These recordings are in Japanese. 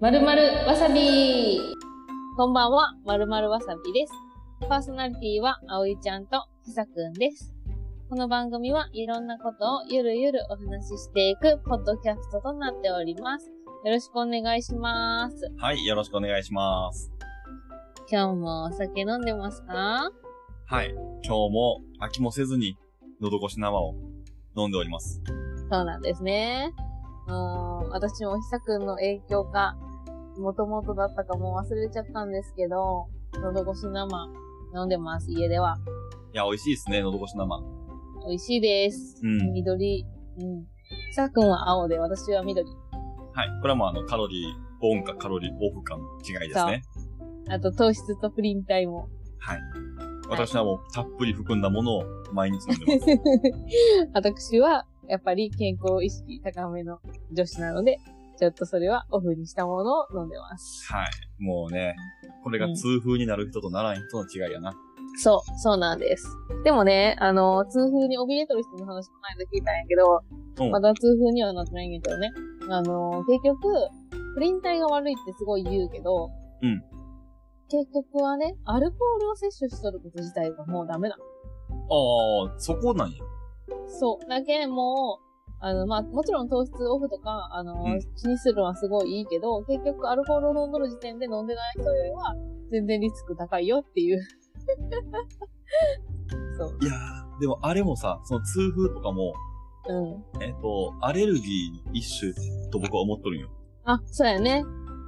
まるまるわさびこんばんは、まるまるわさびです。パーソナリティは、あおいちゃんとひさくんです。この番組はいろんなことをゆるゆるお話ししていくポッドキャストとなっております。よろしくお願いします。はい、よろしくお願いします。今日もお酒飲んでますかはい、今日も飽きもせずに、喉越し生を飲んでおります。そうなんですね。もう、私もひさくんの影響か、もともとだったかもう忘れちゃったんですけど、喉越し生飲んでます、家では。いや、美味しいですね、喉越し生。美味しいです。うん緑。うん。ひさくんは青で、私は緑。はい、これはもうあの、カロリーオンかカロリーオフかの違いですね。あと糖質とプリン体も。 はい。私はもう、たっぷり含んだものを毎日飲んでます。私は、やっぱり健康意識高めの女子なので、ちょっとそれはオフにしたものを飲んで ます。はい。もうね、これが痛風になる人とならん人の違いやな。そう、そうなんです。でもね、あの、痛風に怯えとる人の話もないと聞いたんやけど、うんまだ痛風にはなってないんやけどね。あの、結局、プリン体が悪いってすごい言うけど、うん結局はね、アルコールを摂取しとること自体がもうダメなのああ、そこなんや。そう。だけんもう、あの、まあ、もちろん糖質オフとか、あの、うん気にするのはすごいいいけど、結局アルコールを飲んどる時点で飲んでない人よりは、全然リスク高いよって いう。そう。いやー、でもあれもさ、その痛風とかも、うん。えっと、アレルギーの一種と僕は思っとるんよ。あ、そうやね。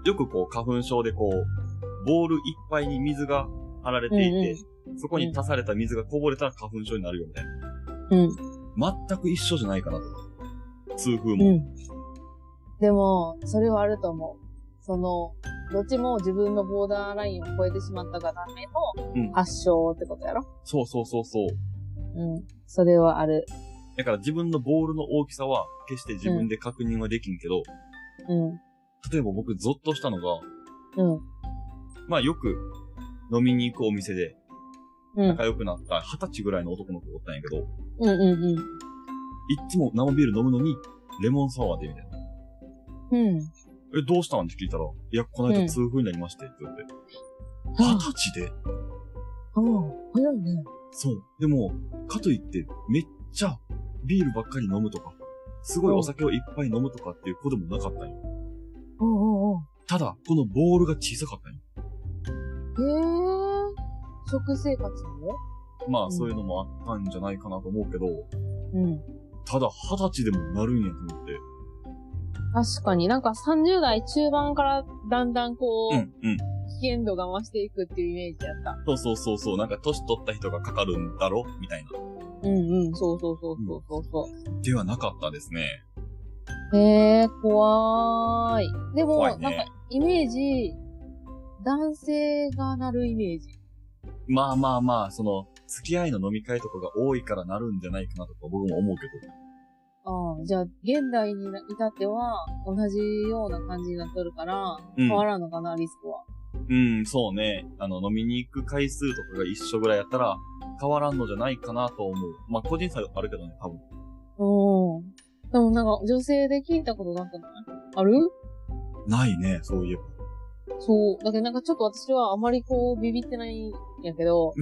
よくこう、花粉症でこう、ボールいっぱいに水が張られていて、そこに足された水がこぼれたら花粉症になるよみたいな。うん。全く一緒じゃないかなと。痛風うも。ん。でも、それはあると思う。その、どっちも自分のボーダーラインを超えてしまったがダメうんの発症ってことやろ、そうそうそうそう。うん。それはある。だから自分のボールの大きさは決して自分で確認はできんけど、うん。例えば僕ゾッとしたのが、うん。まあよく飲みに行くお店でうん。仲良くなった二十歳ぐらいの男の子おったんやけど、うんうんうん。いっつも生ビール飲むのにレモンサワーでみたいな。うん。え、どうしたんって聞いたら、いや、この間痛風になりましてって言って。二十歳でうん。早いね。そう。でも、かといって、めっちゃビールばっかり飲むとか、すごいお酒をいっぱい飲むとかっていう子でもなかったんよ。うんうんうん。ただ、このボールが小さかったんよ。へえ。食生活もまうあ、んそういうのもあったんじゃないかなと思うけど、うん。ただ、二十歳でもなるんやと思って。確かになんか30代中盤からだんだんこう、うん、うん。危険度が増していくっていうイメージやった。そうそうそうそう、なんか年取った人がかかるんだろみたいな。うんうん、そうそうそうそうそうそう。ではなかったですね。へえー、怖ーい。でも、怖いなんかね。イメージ、男性がなるイメージ。まあまあまあ、その、付き合いの飲み会とかが多いからなるんじゃないかなとか僕も思うけど。ああ、じゃあ、現代に至っては、同じような感じになっとるから、うん変わらんのかな、リスクは。うん、そうね。あの、飲みに行く回数とかが一緒ぐらいやったら、変わらんのじゃないかなと思う。まあ、個人差あるけどね、多う分。ん。でもなんか、女性で聞いたことなくないあるないね、そういえば。そう。だけどなんかちょっと私はあまりこう、ビビってないんやけ ど、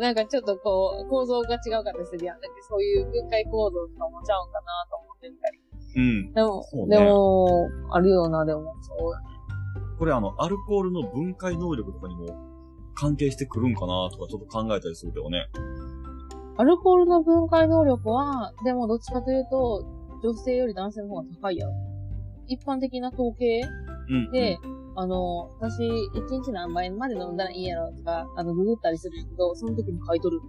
なんかちょっとこう、構造が違うかったりするやん。だってそういう分解構造とかもちゃうんかなと思ってみたり。うん。でも、そうねでも、あるよな、でも。そうこれあの、アルコールの分解能力とかにも関係してくるんかなとかちょっと考えたりするけどね。アルコールの分解能力は、でもどっちかというと、女性より男性の方が高いやろ。一般的な統計うん。で、あの、私、一日何杯まで飲んだらいいやろとか、あの、ググったりするんやけど、その時に書いとる。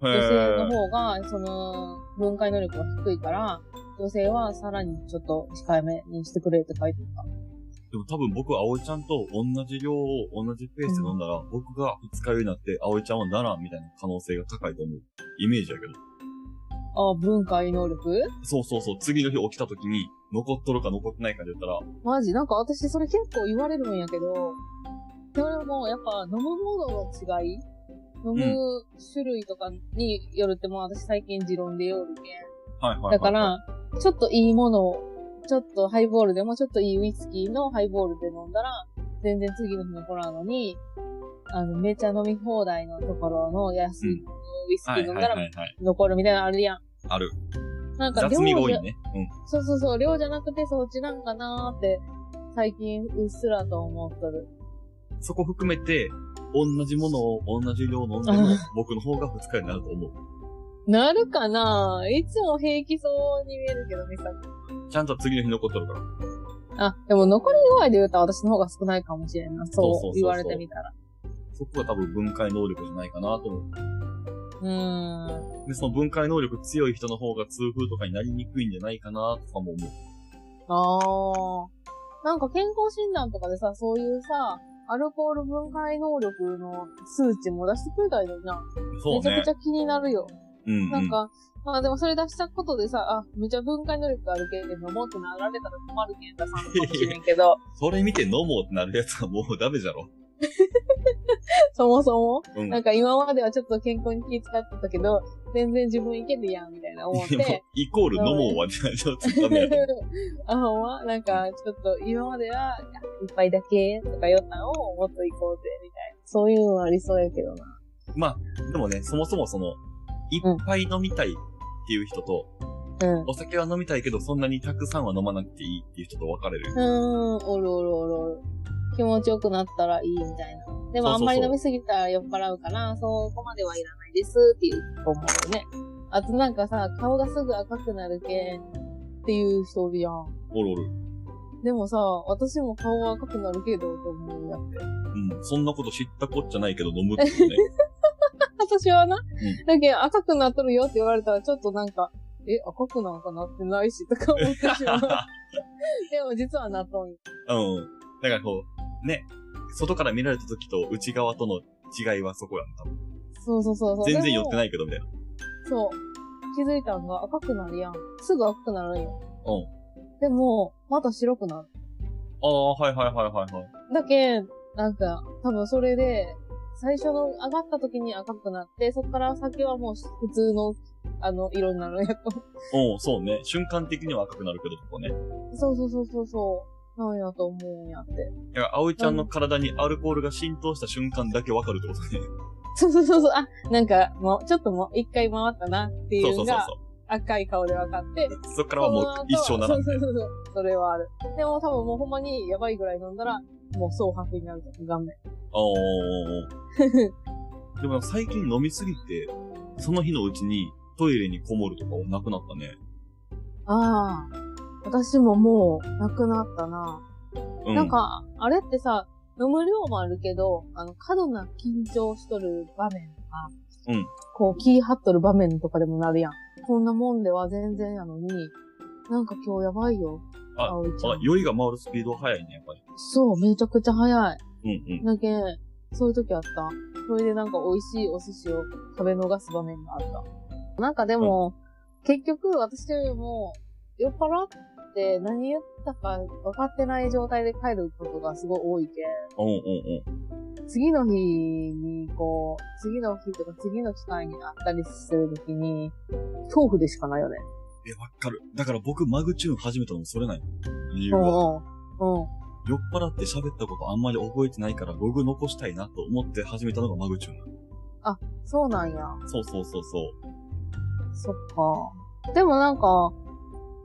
うん、へ女性のー方が、その、分解能力が低いから、女性はさらにちょっと控えめにしてくれって書いてた。でも多分僕、葵ちゃんと同じ量を同じペースで飲んだら、僕が二日酔いになって、葵ちゃんはならんみたいな可能性が高いと思う。イメージやけど。あ、分解能力そうそうそう、次の日起きた時に、残っとるか残ってないかで言ったら、マジなんか私それ結構言われるんやけど、それもやっぱ飲むものの違い飲む種類とかによるってもう私最近持論でよるけん。はいはいはいはい。だから、ちょっといいものをちょっとハイボールでも、ちょっといいウイスキーのハイボールで飲んだら、全然次の日に来らんのに、あの、めちゃ飲み放題のところの安いウイスキはーい飲んはだいらはいはい。残るみたいなのあるやん。ある。なんか雑量味じが多ゃい、ね。うそうそうそう、量じゃなくてそっちなんかなーって、最近うっすらと思っとる。ん。そこ含めて、同じものを同じ量飲んでも、僕の方が二日になると思う。なるかないつも平気そうに見えるけど、ミサコちゃんと次の日残っとるから。あ、でも残り具合で言うと私の方が少ないかもしれんな。そうそそうそうそうう言われてみたら。そこが多分分解能力じゃないかなと思うーん。う。で、その分解能力強い人の方が痛風とかになりにくいんじゃないかなとかもあ思う。ー。なんか健康診断とかでさ、そういうさ、アルコール分解能力の数値も出してくれたらいいのにな。そうめちゃねくち。ゃ気になるよ。うん、うん。なんか、まあでもそれ出したことでさ、あ、めちゃ分解能力があるけれどもってなられたら困るけんださんかもしれんけ ど、それ見て飲もうってなるやつはもうダメじゃろ。そもそも、うん。なんか今まではちょっと健康に気遣ってたけど、全然自分いけるやん、みたいな思っでもて。イコール飲もうはちょっとダメやと思う あ、ほんまなんか、ちょっと今までは、一杯だけとかよったのをもっと行こうぜ、みたいな。そういうのはありそうやけどな。 まあ、でもね、そもそもその、いっぱい飲みたいっていう人と、うん。お酒は飲みたいけどそんなにたくさんは飲まなくていいっていう人と分かれる。うーん、おるおるおるおる。気持ちよくなったらいいみたいな。でもそうそうそうあんまり飲みすぎたら酔っ払うから、そこまではいらないですっていう子もいるね。あとなんかさ、顔がすぐ赤くなるけんっていう人おるやん。おるおる。でもさ、私も顔は赤くなるけど、と思うんやって。うん。そんなこと知ったこっちゃないけど飲むって いうね。私はな、んだけど赤くなっとるよって言われたらちょっとなんか、え、赤くなんかなってないし、とか思ってしま う。でも実はなっとんよ。うん。だからこう、ね、外から見られた時と内側との違いはそこやん、多分。そうそうそうそう。全然寄ってい。ないけど、みたいな。そう。気づいたんが赤くなるやん。すぐ赤くなるんよ。うん。でも、また白くなる。ああ、はいはいはいはいはい。だけん、なんか、多分それで、最初の上がった時に赤くなって、そっから先はもう普通の、あの、色になるんやと。うん、そうね。瞬間的には赤くなるけど、とかね。そうそうそうそうそう。なんやと思うんやって。だから、葵ちゃんの体にアルコールが浸透した瞬間だけわかるってことね。そうそうそうそう。あ、なんか、もう、ちょっともう、一回回ったなってい そううそのうそうが、赤い顔で分かって、そう。そっからはもう一生ならんそうそうそうそう。それはある。でも多分もうほんまにやばいぐらい飲んだら、もう蒼白になると顔面。おー。 でも最近飲みすぎて、その日のうちにトイレにこもるとかはなくなったね。ああ。私ももう、なくなったな。うん。なんか、あれってさ、飲む量もあるけど、あの、過度な緊張しとる場面とか、うんこう、気張っとる場面とかでもなるやん。こんなもんでは全然やのに、なんか今日やばいよ。あ葵ちゃんあ、酔いが回るスピードは速いね、やっぱり。そう、めちゃくちゃ早い。うんうん。だけ、そういう時あった。それでなんか美味しいお寿司を食べ逃す場面があった。なんかでも、結局私も酔っ払って何言ったか分かってない状態で帰ることがすごい多いけうんうんうん。ん、次の日にこう、次の日とか次の機会にあったりする時に、恐怖でしかないよね。え、わかる。だから僕、マグチューン始めたのもそれない。理由うんは、うん。うん。酔っ払って喋ったことあんまり覚えてないから、ログ残したいなと思って始めたのがマグチューンなのそうなんや。そうそうそうそう。そっか。でもなんか、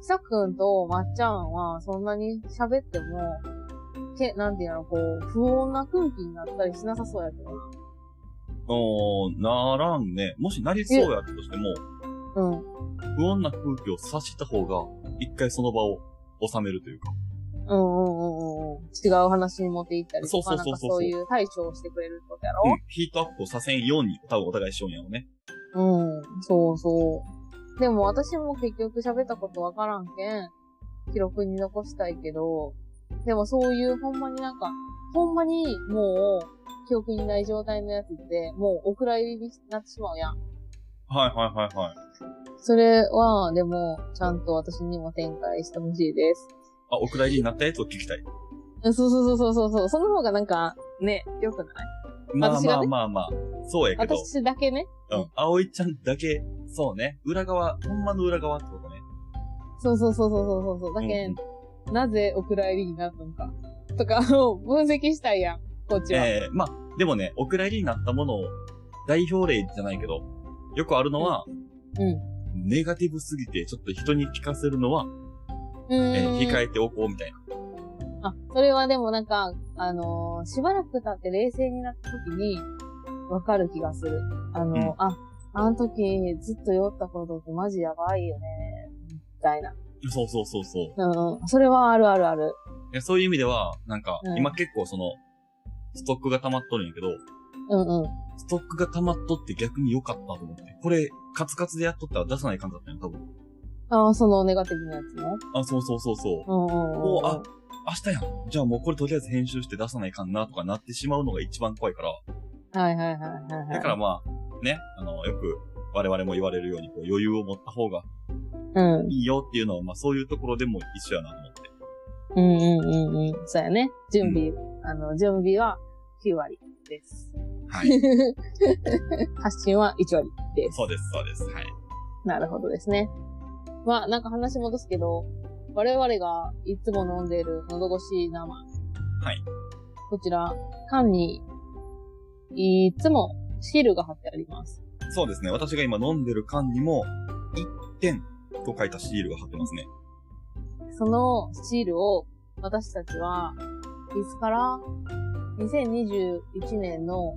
ひさくんとまっちゃんはそんなに喋っても、け、なんていうの、こう、不穏な空気になったりしなさそうやけどな。おー、ならんね。もしなりそうやったとしても、うん。不穏な空気を察した方が、一回その場を収めるというか。うんうんうんうんうん。違う話に持っていったりとそうか、そうなんそうかそうそういう対処をしてくれるってことやろうん、ヒートアップをさせんように、多分お互いしようんやろうね。うん。そうそう。でも私も結局喋ったことわからんけん、記録に残したいけど、でもそういうほんまになんか、ほんまにもう、記憶にない状態のやつって、もうお蔵入りになってしまうやん。はいはいはいはい。それは、でも、ちゃんと私にも展開してほしいです。あ、お蔵入りになったやつを聞きたい。うんそうそうそうそうそう。その方がなんか、ね、良くないまあ私まがあねまあまあ。そうやけど、私だけね。うん。葵ちゃんだけ、そうね。裏側、ほんまの裏側ってことね。そうそうそうそうそうそう。だけ、うんん、なぜお蔵入りになったのか、とかを分析したいやん、こっちは。ええまあ、でもね、お蔵入りになったものを、代表例じゃないけど、よくあるのは、うん。ネガティブすぎて、ちょっと人に聞かせるのは、うえーん。控えておこうみたいな。あ、それはでもなんか、あのーしばらく経って冷静になった時に、わかる気がする。あのーうんあ、あの時ずっと酔ったことってマジやばいよね、みたいな。そうそうそうそう。うん、それはあるあるある。いやそういう意味では、なんかう、ん今結構その、ストックが溜まっとるんやけど、うんうん。ストックが溜まっとって逆に良かったと思って。これ、カツカツでやっとったら出さない感じだったんや、多分。あーそのネガティブなやつね。あ、そうそうそうそう。うんうんうん、おうん。あ明日やん。じゃあもうこれとりあえず編集して出さないかんなとかなってしまうのが一番怖いから。はいはいはいはい、はい。だからまあ、ね、あの、よく我々も言われるように、こう余裕を持った方がら、うん。いいよっていうのは、まあそういうところでも一緒やなと思って。うんうんうんうん。そうやね。準備、あの、準備は9割 です。 はい。発信は1割です。そうです、そうです。はい。なるほどですね。まあ、なんか話戻すけど、我々がいつも飲んでいる喉越し生。はい。こちら、缶に、いつもシールが貼ってあります。そうですね。私が今飲んでる缶にも、1点と書いたシールが貼ってますね。そのシールを私たちはいつから2021年の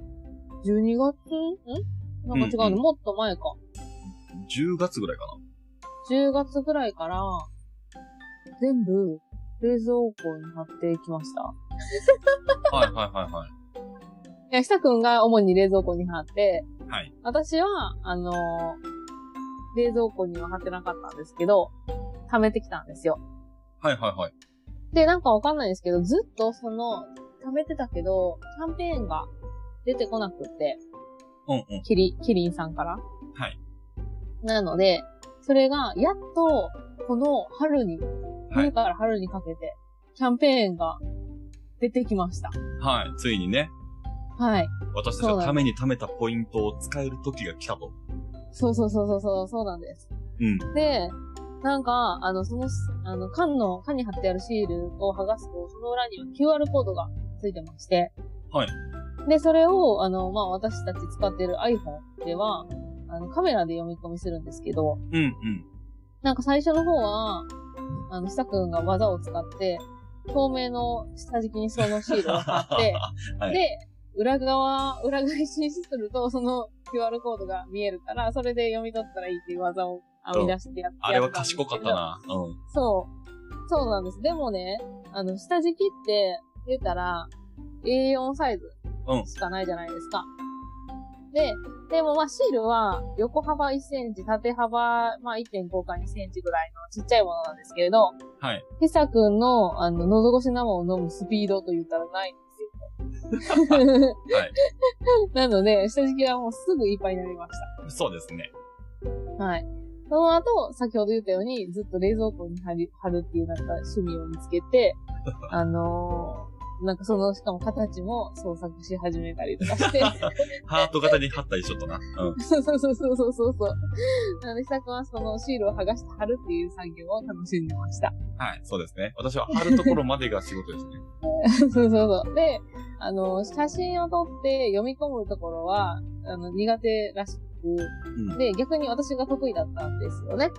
12月んなんか違うの、うんうんもっと前か。 10月ぐらいかな。 10月ぐらいから全部冷蔵庫に貼ってきました。はいはいはいはい。いや、ひさくんが主に冷蔵庫に貼って、はい。私は、あのー冷蔵庫には貼ってなかったんですけど、貯めてきたんですよ。はいはいはい。で、なんかわかんないですけど、ずっとその、貯めてたけど、キャンペーンが出てこなくって、うんうん。キリ、キリンさんから。はい。なので、それが、やっと、この春に、はい冬から春にかけて、キャンペーンが出てきました。はい。ついにね、はい。私たちのために貯めたポイントを使える時が来たと。そうそうそうそうそう、そうなんです。うん。で、なんか、あの、その、あの、缶の、缶に貼ってあるシールを剥がすと、その裏には QR コードがついてまして。はい。で、それを、あの、まあ、私たち使ってる iPhone では、あの、カメラで読み込みするんですけど、うんうん。なんか最初の方は、あの、ひさくんが技を使って、透明の下敷きにそのシー ルを貼って、はいで、裏側、裏返しにすると、その QR コードが見えるから、それで読み取ったらいいっていう技を編み出してやってあれは賢かった。やんな。でうん。すけどそう。そうなんです。でもね、あの、下敷きって言ったら、A4 サイズうんしかないじゃないですか。で、でもまあシールは横幅1センチ、縦幅まあ1.5か2センチぐらいのちっちゃいものなんですけれど、はい。ひさくんの、あの、喉越し生を飲むスピードと言ったらないんですよ。はい。 なので、下敷きはもうすぐいっぱいになりましそうですね。た。はい。その後、先ほど言ったように、ずっと冷蔵庫に貼り貼るっていうなんか趣味を見つけ て、あのーなんかその、しかも形も創作し始めたりとか して、ハート型に貼ったりしょっとな。うん。そうそうそうそうそうそうそう。なので、ひさくんはそのシールを剥がして貼るっていう作業を楽しんでました。はい。そうですね。私は貼るところまでが仕事 ですね。そうそうそう。で、あの、写真を撮って読み込むところは、あの、苦手らしく、うん。はいで、逆に私が得意だったんですよね。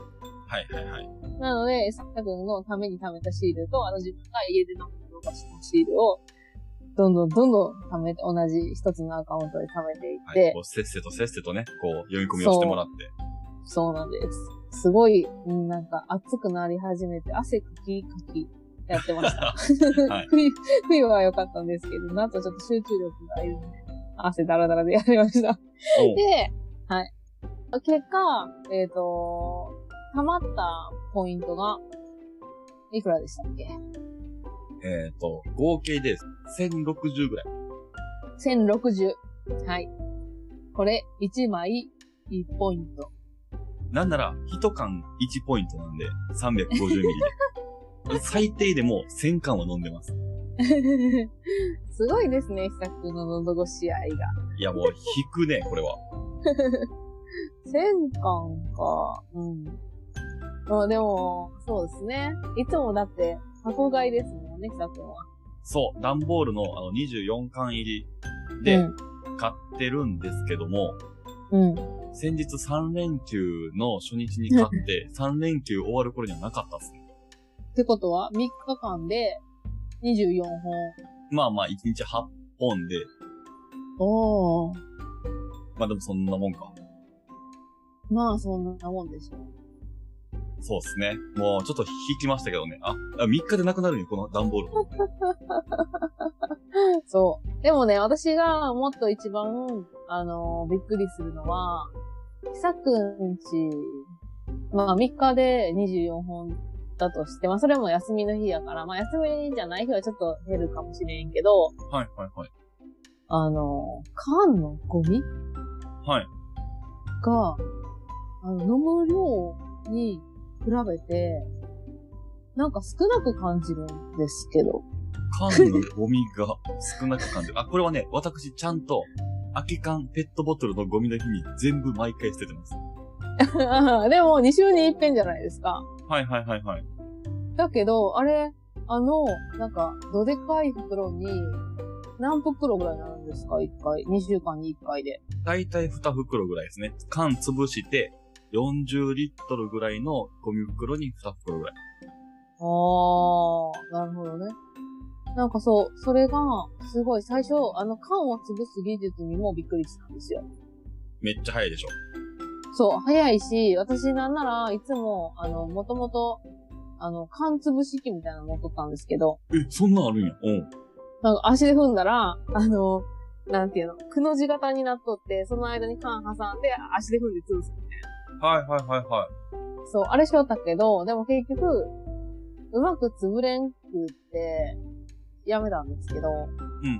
はいはい。なので、さっくんのために貯めたシールと、あの自分が家で飲む動画しのシールを、どんどんどんどん貯めて、同じ一つのアカウントで貯めていっはい。て、こうせっせとせっせとね、こう、読み込みをしてもらって。そうなんです。すごい、うんなんか暑くなり始めて、汗かきかきやってました。はい。 冬、冬は良かったんですけど、なんとちょっと集中力がいるんで、汗だらだらでやりま した。おうで、はい。結果、えっ、と、溜まったポイントが、いくらでしたっけえっと、合計で1060ぐらい。 ?1060。はい。これ、1枚1ポイント。 なんなら、一缶1ポイントなんで、350ミリ で。最低でも1000缶は飲んでます。すごいですね、久くんの喉越し愛が。いや、もう、引くね、これは。 1000巻か。うん。まあでも、そうですね。いつもだって、箱買いですもんね、ひさくんは。そう、段ボールのあの24巻入りで買ってるんですけども、うん。先日3連休の初日に買って、3連休終わる頃にはなかったっすね。ってことは、3日間で24まあまあ、1日8本で、本。おー。まあでもそんなもんか。まあ、そんなもんでしょう。そうですね。もうちょっと引きましたけどね。あ、あ3日でなくなるんよ、この段ボール。そう。でもね、私がもっと一番、あのーびっくりするのは、ひさくんち、まあ3日で24本だとして、まあそれも休みの日やから、まあ休みじゃない日はちょっと減るかもしれんけど、はいはいはい。あのー缶のゴミはい。が、あの、飲む量に比べて、なんか少なく感じるんですけど。 缶のゴミが少なく感じる。あ、これはね、私ちゃんと、空き缶、ペットボトルのゴミの日に全部毎回捨ててます。でも、2週に一遍じゃないですか。はいはいはいはい。だけど、あれ、あの、なんか、どでかい袋に、何袋ぐらいになるんですか一回。2週間に1回で。だいたい2袋ぐらいですね。缶潰して、40リットルぐらいのゴミ袋に2袋ぐらい。あー、なるほどね。なんかそう、それが、すごい、最初、あの、缶を潰す技術にもびっくりしたんですよ。めっちゃ早いでしょ。そう、早いし、私なんならいつも、あの、もともと、あの、缶潰し器みたいなの持っとったんですけど、え、そんなんあるんや。うん。なんか足で踏んだら、あの、なんていうの、くの字型になっとって、その間に缶挟んで、足で踏んで潰す。はいはいはいはい。そう、あれしよったけど、でも結局、うまく潰れんくって、やめたんですけど、うんうん。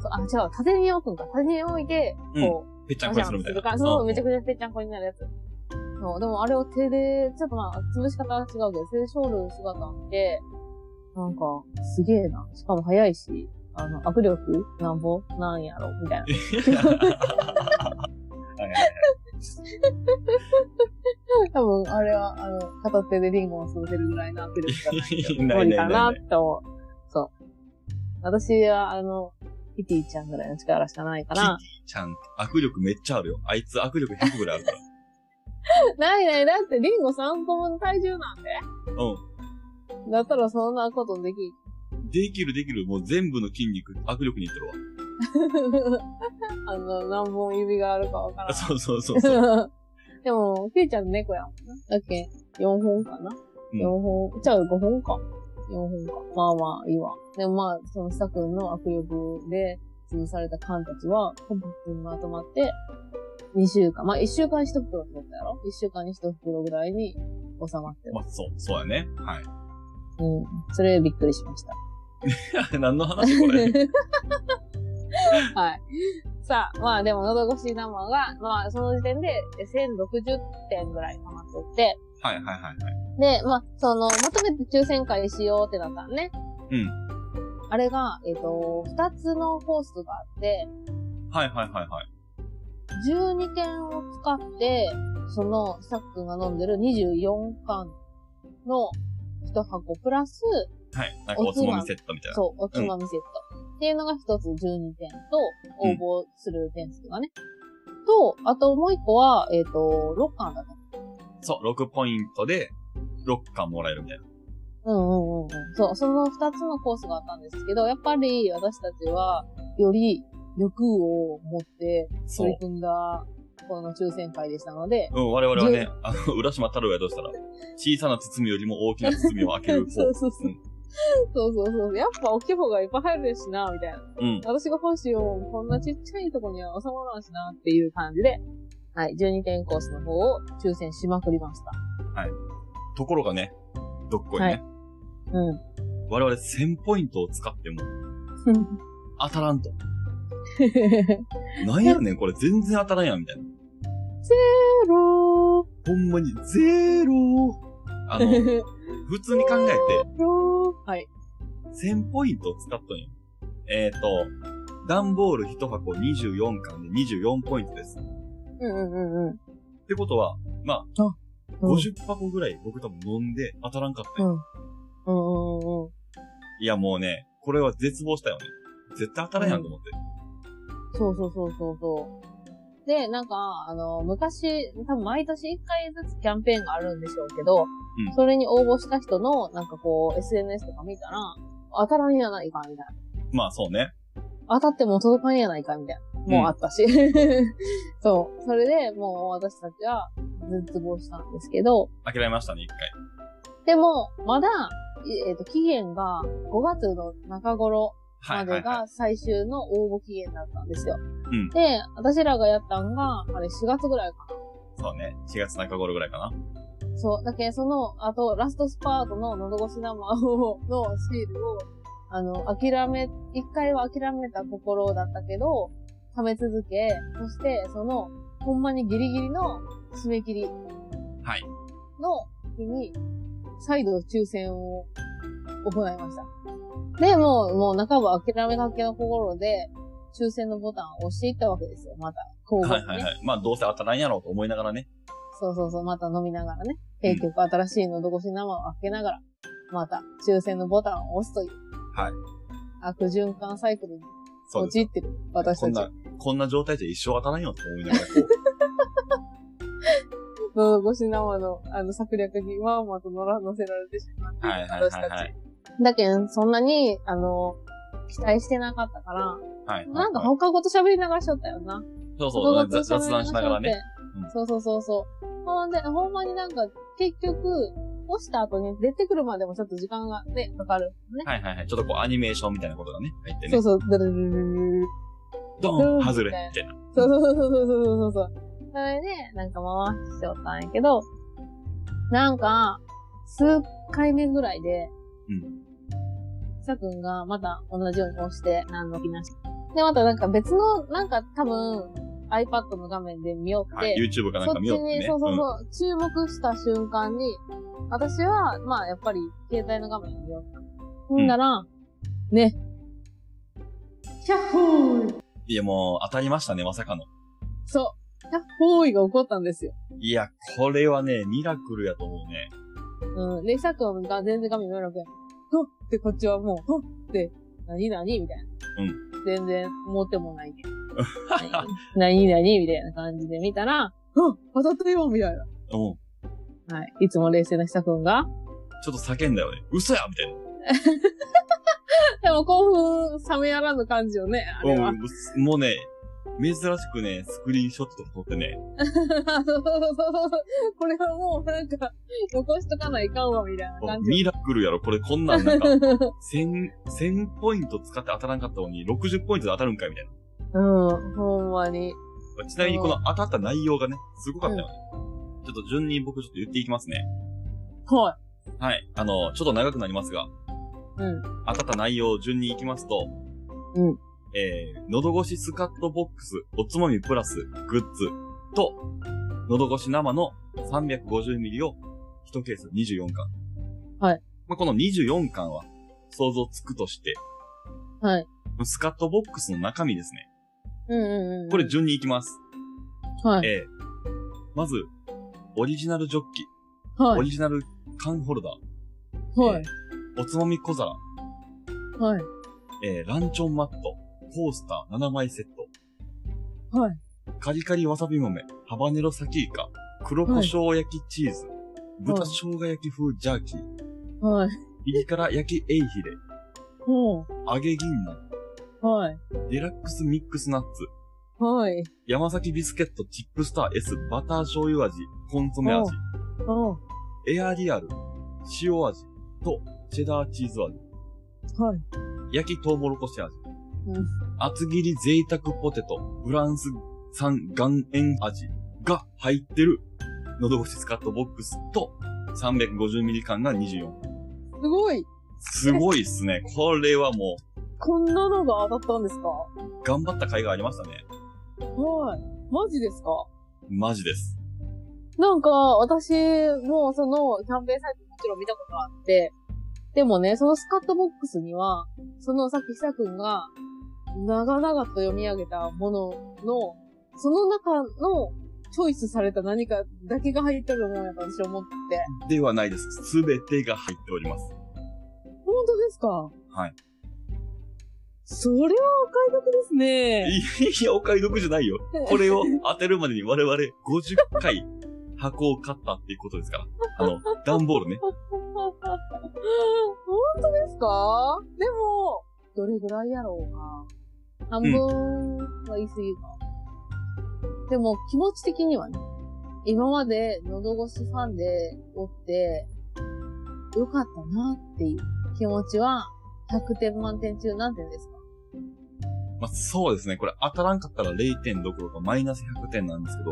そうあ、違う、縦に置くんか。縦に置いて、うんこう、ぺっちゃんこにするみたいな。そう、めちゃくちくちゃぺっちゃんこになるやつ。そう、でもあれを手で、ちょっとまあ、潰し方は違うけど、手で勝負姿を見て、なんか、すげえな。しかも早いし、あの、握力なんぼなんやろみたいな。ゃ。 はいはい多分、あれは、あの、片手でリンゴを育てるぐらいの握力が ない無理ないかなないっ。て思う。そう。私は、あの、キティちゃんぐらいの力しかないかキテら。ィちゃん、握力めっちゃあるよ。あいつ握力100ぐらいあるから。 ないない、だってリンゴ3個分体重なんで。 うだったらそんなことできん ん。できるできる。もう全部の筋肉、握力にいってるわ。あの、何本指があるかわから そうそうそうそう。ん。 でも、ケイちゃん猫やもんな。だっけ ?4 本かな、うん ?4 本。じゃあ5本か。4本か。まあまあ、いいわ。でもまあ、その久くんの握力で潰された缶たちは、コンパクトにまとまって、2週間。まあ1週間に1袋ってことやろ ?1 週間に1袋ぐらいに収まってる。まあ、そう、そうやね。はい。うん。それびっくりしました。 何の話これ。 はい。さあ、まあでも、喉越し生が、まあその時点でえ1060点ぐらい溜まってて、はいはいはいはい。で、まあ、その、まとめて抽選会しようってなったのね。うん。あれが、えっ、と、2つのコースがあって、はいはいはいはい。 12件を使って、その、さっくんが飲んでる24缶の1箱プラス、はい。なんかおつまみセットみたいな。そう、おつまみセット。っていうのが一つ12点と、応募する点数がね。と、あともう一個は、えっ、と、6巻だった。そう、6ポイントで、6巻もらえるみたいな。うんうんうんうん。そう、その二つのコースがあったんですけど、やっぱり私たちは、より欲を持ってそ取うり。組んだ、この抽選会でしたので、うん、我々はね、あの、 浦島太郎がどうしたら、小さな包みよりも大きな包みを開ける 方。そうそうそううん。そうそうそう。やっぱ大きい方がいっぱい入るしな、みたいな。うん。私が欲しいよ、こんなちっちゃいとこには収まらんしなっていう感じで、はい、12点コースの方を抽選しまくりました。ところがね、どっこいね。はい うん。 我々1000ポイントを使っても、当たらんと。ゼなんやねん、これ全然当たらんやん、みたいな。ロほんまに、ゼロー。あの、ー。普通に考えて、ロー。はい。 1000ポイントを使っとんよ。えっ、ー、と、段ボール1箱24巻で24ポイントです。っうんうんうんうん。てことは、まあ、うん50箱ぐらい僕多分飲んで当たらんかったんうよん。うんいやもうね、これは絶望したよね。絶対当たらんやんと思って。そうそうそうそうそう。で、なんか、あの、昔、多分毎年1回ずつキャンペーンがあるんでしょうけど、うんそれに応募した人の、なんかこう、SNS とか見たら、当たらんやないか、みたいな。まあそうね。当たっても届かんやないか、みたいな。もうあったし。 そう。それでもう私たちは絶望したんですけど、諦めましたね、一回。でも、まだ、えっ、と、期限が5月の中頃まはいはでい、はが最終の応募期限だったんですよ。うんで、私らがやったんが、あれ4月ぐらいかい。そうね。4月中頃ぐらいかな。な。そう。だけどその、あと、ラストスパートの喉越し生を、 のシールを、あの、諦め、一回は諦めた心だったけど、貯め続け、そして、その、ほんまにギリギリの締め切りはい。の日に、再度抽選を行いました。で、もう、もう半ば諦めかけの心で、抽選のボタンを押していったわけですよ、また。交は互いにはいね。はい。まあどうせ当たらんやろうと思いながらね。そうそうそう、また飲みながらね。結局、新しいのど越し生を開けながら、また抽選のボタンを押すという。はい。悪循環サイクルにそうです。陥ってる、私こたんち。な、こんな状態じゃ一生当たらんよと思いながらこう。 喉越し生の、あの、策略にまんまと乗ら、乗せられてしまっているはいはいはいはい私たち。だけど、そんなに、あの、期待してなかったから、はい。なんかはいはい放課後と喋りながらしとったよな。そうそ放う、課後雑と喋り雑談しながらね。うんそうそうそうそう。ほんで、ほんまになんか、結局、干した後に出てくるまでもちょっと時間がね、かかるのね。はいはいはい。ちょっとこうアニメーションみたいなことがね、入ってそねう。そう、ドゥルルルルルドン外れみたいな。そうそうそうそうそうそうそう。それで、なんか回しちゃったんやけど、なんか、数回目ぐらいで、うん。さくんがまた同じように押して、何の気なし。で、またなんか別の、なんか多分、iPad の画面で見よって、はい。YouTube かなんそかっ見ちよってに、ね。そうそううんそう、注目した瞬間に、私は、まあやっぱり、携帯の画面見よった。ほんなら、ね。キャッホーイいやもう当たりましたね、まさかの。そう。キャッホーイが起こったんですよ。いや、これはね、ミラクルやと思うね。うん。で、さくんが全然画面見えなくて、ふっってこっちはもう、ふっって、何々みたいな。うん。全然思ってもないけど。何々みたいな感じで見たら、うん当たったよみたいうん。な。はい。いつも冷静な久くんが。 ちょっと叫んだよね。嘘やみたいでも興奮冷めやらぬ感じよね、あれな。はう。ん。もうね、珍しくね、スクリーンショットとか撮ってね。そうそうそうそう。 これはもうなんか、残しとかないかんわ、みたいな感じ。ミラクルやろ、これこんなんなんか、う1000、1000ポイント使って当たらんかったのに、60ポイントで当たるんかいみたいん、ほんまに。な。ちなみにこの当たった内容がね、すごかったよね。ちょっと順に僕ちょっと言っていきますね。ははい。あの、ちょっと長くなりますが、い。うん。当たった内容を順に行きますと、うん。えー、喉越しスカットボックス、おつまみプラス、グッズと、喉越し生の 350ml を1ケース24巻。はい。まあ、この24巻は想像つくとして、はい。スカットボックスの中身ですね。うんうんうん。これ、順に行きます。はい。えー、まず、オリジナルジョッキ、オはい。リジナル缶ホルダー、はい。おつまみ小皿、はい。えー、ランチョンマット、コースター7枚セット、はい。カリカリわさび豆、ハバネロサキイカ、黒胡椒焼きチーズ、豚生姜焼き風ジャーキー、はい。右から焼きエイヒレ、ほ揚げ銀杏、う。はい。デラックスミックスナッツ、はい。山崎ビスケットチップスター S バター醤油味、コンソメ味、おうエアリアル、塩味とチェダーチーズ味、はい。焼きトウモロコシ味、うん厚切り贅沢ポテト、フランス産岩塩味が入ってる、喉越しスカットボックスと、350ミリ缶が24。すごいすごいっす ね。これはもこんなのが当たったんですかう、頑張った甲斐がありましたね。はい。マジですかマジです。なんか、私もそのキャンペーンサイトもちろん見たことがあって、でもね、そのスカットボックスには、そのさっき久くんが長々と読み上げたものの、その中のチョイスされた何かだけが入ってるものやと私思ってて。ではないです。すべてが入っております。本当ですかはい。それはお買い得です ね。いや、お買い得じゃないよ。これを当てるまでに我々50回箱を買ったっていうことですから。あの、段ボールね。本当ですかでも、どれぐらいやろうな。半分は言い過ぎか。でも、気持ち的にはね、今まで喉越しファンでおって、よかったなっていう気持ちは、100点満点中何点ですかまあ、そうですね。これ当たらんかったら0点どころかマイナス100点なんですけど、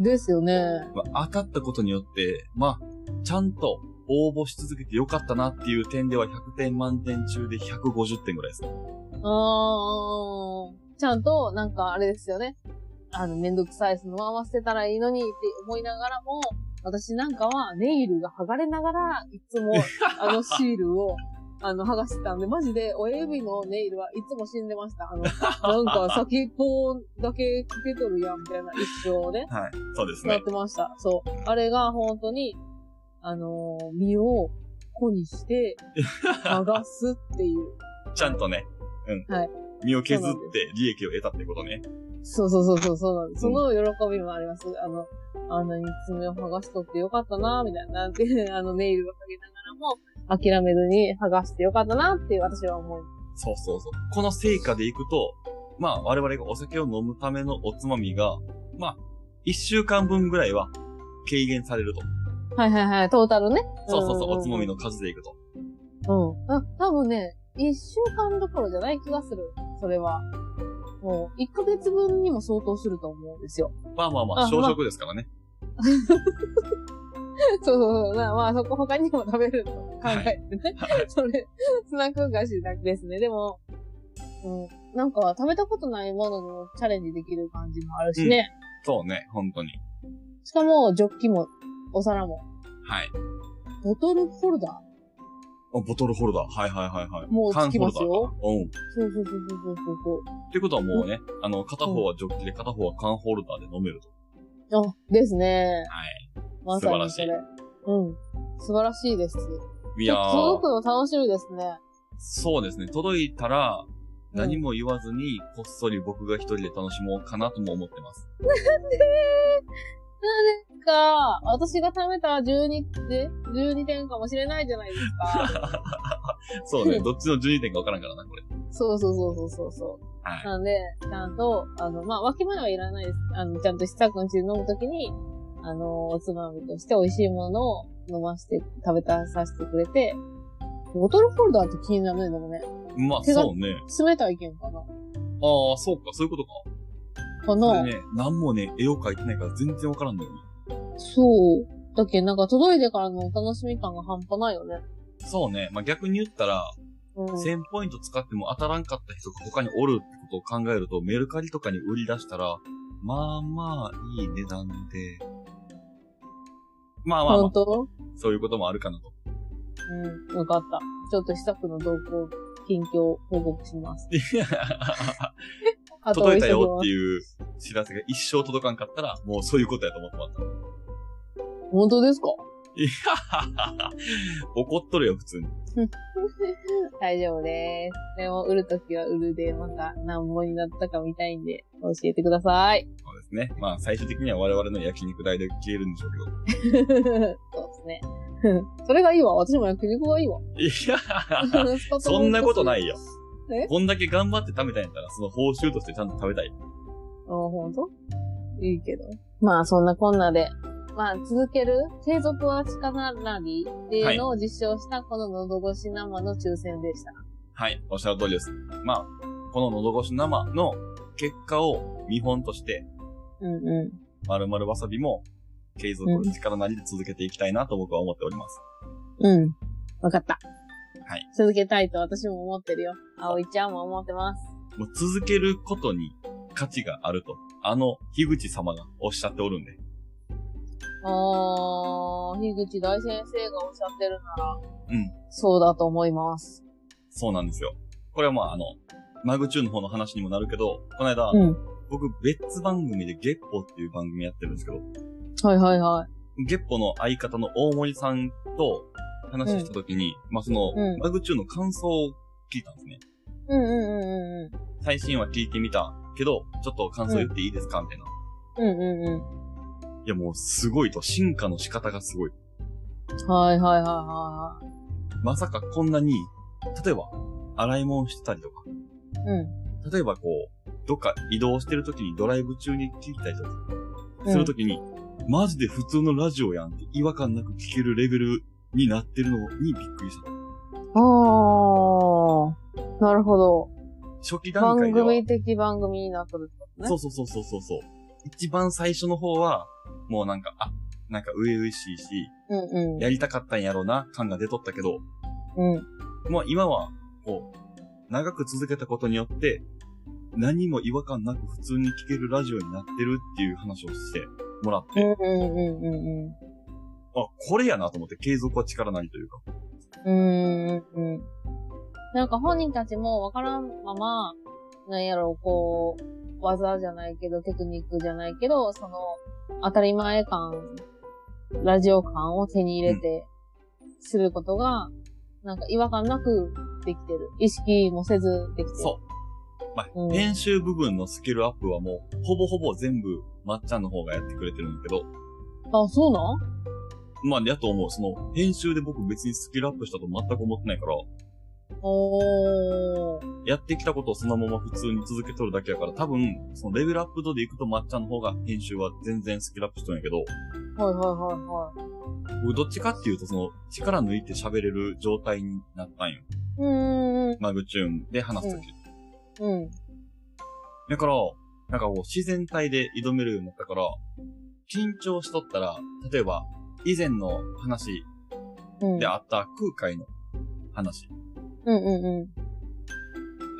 ですよね。まあ、当たったことによって、まあ、ちゃんと応募し続けてよかったなっていう点では100点満点中で150点ぐらいですね。あー、ちゃんと、なんかあれですよね。あの、めんどくさい、そのまま捨てたらいいのにって思いながらも、私なんかはネイルが剥がれながら、いつもあのシールを、あの、剥がしてたんで、マジで親指のネイルはいつも死んでました。あの、なんか先っぽだけかけとるやん、みたいな一生ね。はい。そうですやっね。てました。そう。あれが本当に、あのー身を粉にして、 剥がすっていう。ちゃんとね。うん。はい身を削っそうなんて利益を得たってことね。そうそうそうそうそうなんです。その喜びもあります。あの、あんなに爪を剥がしとってよかったな、みたいな。なん て、あの、ネイルをかけながらも、諦めずに剥がしてよかったな、って私は思う。そうそうそう。この成果でいくと、まあ、我々がお酒を飲むためのおつまみが、まあ、一週間分ぐらいは軽減されると。はいはいはい、トータルね。そうそうそう、おつまみの。の数でいくと。うん。あ、多分ね、一週間どころじゃない気がする。それは。もう、一ヶ月分にも相当すると思うんですよ。まあまあまあ、あ小食ですからね。そうそうそう。まあ、まあ、そこ他にも食べると考えてね。はいそれ、スナック菓子だけですね。でも、うん、なんか食べたことないものにもチャレンジできる感じもあるしね。そうね、本当に。しかも、ジョッキも、お皿も、はい。ボトルホルダあボトルホルダー。はいはいはいはい。もう缶つきますホルダーかなうん。ーそうそうそうそうそうそうってことはもうね、あの、片方はジョッキで片方は缶ホルダーで飲めると。そう。あ、ですね。はい。まさにそれ。うん。素晴らしいです。いいや届ーく、の楽しみですね。そうですね。届いたら、うん何も言わずに、こっそり僕が一人で楽しもうかなとも思って ます。なんか、私が貯めた12、で12点かもしれないじゃないです か。そうね、どっちの順位点かわからんからな、これ。そうそうそうそうそうそう。はい。なので、ちゃんと、あの、まあ、分け前はいらないです。あの、ちゃんと試作にして飲むときに、あの、おつまみとして美味しいものを飲まして、食べたさせてくれて、ボトルホルダーって気になるね、でもね。まあ、手がそうね。冷たいけんかなああ、そうか、そういうことか。かこなれね、何もね、絵を描いてないから全然わからんのよね。そう。だけどなんか届いてからのお楽しみ感が半端ないよね。そうね。まあ、逆に言ったら、うん。 1000ポイント使っても当たらんかった人が他におるってことを考えると、メルカリとかに売り出したら、まあまあいい値段で、まあまあ、ま本あ、当そういうこともあるか なと。うん。よかった。ちょっと試作の動向、近況報告します。あと届いたよっお急てぎをいう知らせが一生届かんかったら、もうそういうことやと思ってもらった。本当ですか怒っとるよ、普通に。大丈夫です。でも、売るときは売るで、また何本になったか見たいんで、教えてくださ い。そうですね。まあ、最終的には我々の焼肉代で消えるんでしょうけど。そうですね。 それがいいわ。私も焼肉がいいわ。。いやそんなことないいよ。えこんだけ頑張って食べたんやったら、その報酬としてちゃんと食べたい。 あ、ほんといいけど。まあ、そんなこんなで。まあ、続ける継続は力なりっていうのを実証したこの喉越し生の抽選でした。はい、おっしゃる通りです。まあ、この喉越し生の結果を見本として、うんう丸々わさびも継続うん力なりで続けていきたいなと僕は思っております。ん。うん。わかった。はい。続けたいと私も思ってるよ。葵ちゃんも思ってます。もう続けることに価値があると、あの、樋口様がおっしゃっておるんで。あー、樋口大先生がおっしゃってるなら、うんそうだと思います。そうなんですよ。これはまあ、あの、マグチューンの方の話にもなるけど、この間、うん。僕別番組で月歩っていう番組やってるんですけど、はいはいはい。月歩の相方の大森さんと話した時に、まあその、うんマグチューンの感想を聞いたんですね。うんうんうんうん。最新話聞いてみたけど、ちょっと感想言っていいですかみたいな。うんうんういやもうすごいと、進化の仕方がすごい。ん。はいはいはいはまさかこんなに、例えば、洗い物してたりとか、いはい。うん。例えばこう、どっか移動してる時にドライブ中に聞いたりとか、するときに、マジで普通のラジオやんって違和感なく聞けるレベルになってるのにびっくりした。ああ、なるほど。初期段番階では、組的番組になってるってことね。そうそうそうそうそうそう。一番最初の方は、もうなんか、あ、なんか上々しいし、うんうん。やりたかったんやろうな、感が出とったけど、うん。もう今は、こう、長く続けたことによって、何も違和感なく普通に聞けるラジオになってるっていう話をしてもらっうて、んうんうんうんうん。あ、これやなと思って継続は力なりというか。うーん。なんか本人たちもわからんまま、なんやろう、こう、技じゃないけど、テクニックじゃないけど、その、当たり前感、ラジオ感を手に入れて、することが、なんか違和感なくできてる。意識もせずできてる。そう。まあ、うん編集部分のスキルアップはもう、ほぼほぼ全部、まっちゃんの方がやってくれてるんだけど、あ、そうなんまあ、やと思う。その、編集で僕別にスキルアップしたと全く思ってないから、おー。やってきたことをそのまま普通に続けとるだけやから、多分、そのレベルアップ度でいくとまっちゃんの方が編集は全然スキルアップしとるんやけど、はいはいはいはい。僕どっちかっていうとその、力抜いて喋れる状態になったんよ。うーん。マグチューンで話すとき。うん。だから、なんかこう自然体で挑めるようになったから、緊張しとったら、例えば、以前の話うん。であった空海の話。うんうんうん。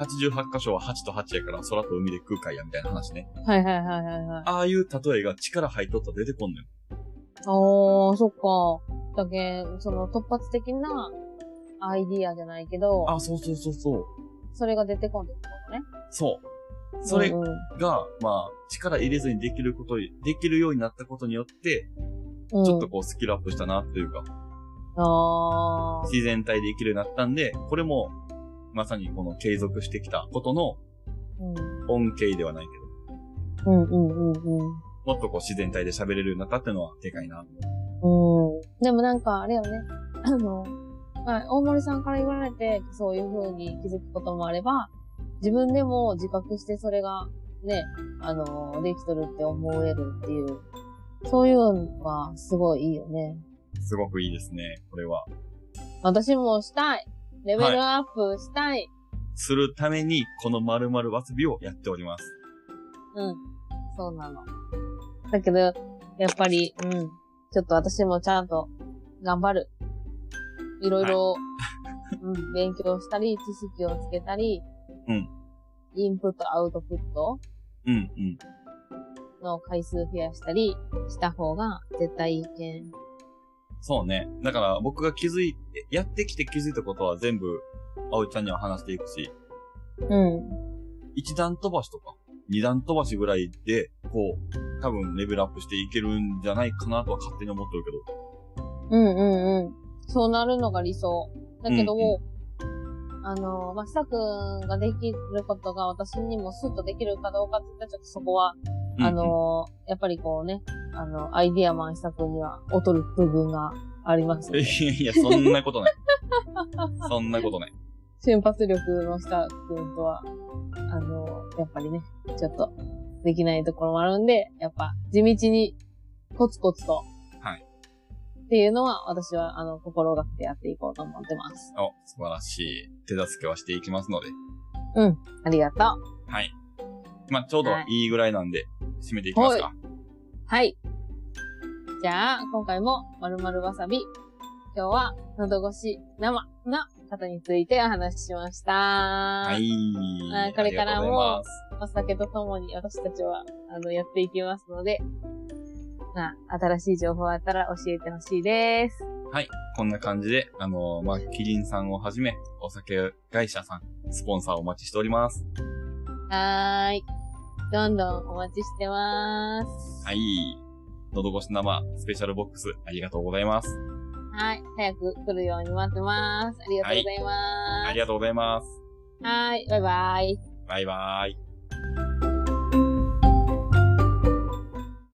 88箇所は8と8やから空と海で空海やみたいな話ね。はいはいはいはいはい。ああいう例えが力入っとったら出てこんのよ。ああ、そっか。だけんその突発的なアイディアじゃないけど、あ、そうそうそうそう。それが出てこんでってことね。そう。それうが、んうん、まあ、力入れずにできること、できるようになったことによって、うんちょっとこうスキルアップしたなというか、あ自然体で生きるようになったんで、これも、まさにこの継続してきたことのーうん恩恵ではないけど、うんうんうんうん。もっとこう自然体で喋れるようになったってのはでかいな。うん。でもなんか、あれよね。 あの、まあ、大森さんから言われて、そういう風に気づくこともあれば、自分でも自覚してそれが、ね、あの、できとるって思えるっていう、そういうのはすごいいいよね。すごくいいですね、これは。私もしたいレベルアップしたい、するために、この〇〇わすびをやっております。うん。そうなの。だけど、やっぱり、うん。ちょっと私もちゃんと頑張る。いろいろ、うん、勉強したり、知識をつけたり、うん。インプット、アウトプットうん、うん。の回数増やしたりした方が絶対いいけん。そうね。だから僕が気づいて、やってきて気づいたことは全部、葵ちゃんには話していくし、うん。一段飛ばしとか、二段飛ばしぐらいで、こう、多分レベルアップしていけるんじゃないかなとは勝手に思ってるけど。うんうんうん。そうなるのが理想。だけど、うんうあの、まさくんができることが私にもスッとできるかどうかって言ったらちょっとそこはうんあ、のやっぱりこうね、あの、アイディアマンした分には劣る部分があります、うん ね。いやいや、そんなことない。そんなことない。 瞬発力のした分とは、あのやっぱりね、ちょっとできないところもあるんで、やっぱ地道にコツコツと。はいっていうのは私は、あの、心がけてやっていこうと思ってます。お、素晴らしい。手助けはしていきますので。ありがとう。はい。まあ、ちょうどはいいぐらいなんで、締めていきますか。はい。じゃあ、今回も〇〇わさび。今日は、喉越し生な方についてお話ししました。ははあこれからもありがとうございますお酒とともに私たちは、あの、やっていきますので、まあ、新しい情報あったら教えてほしいです。はい。こんな感じで、あのーまあ、キリンさんをはじめ、お酒会社さん、スポンサーお待ちしております。はーい。どんどんお待ちしてます。はい。のどごし生スペシャルボックス、ありがとうございます。はい。早く来るように待ってます。ありがとうございまありがとうございます。す。はい。バイバイ。バイバーイ。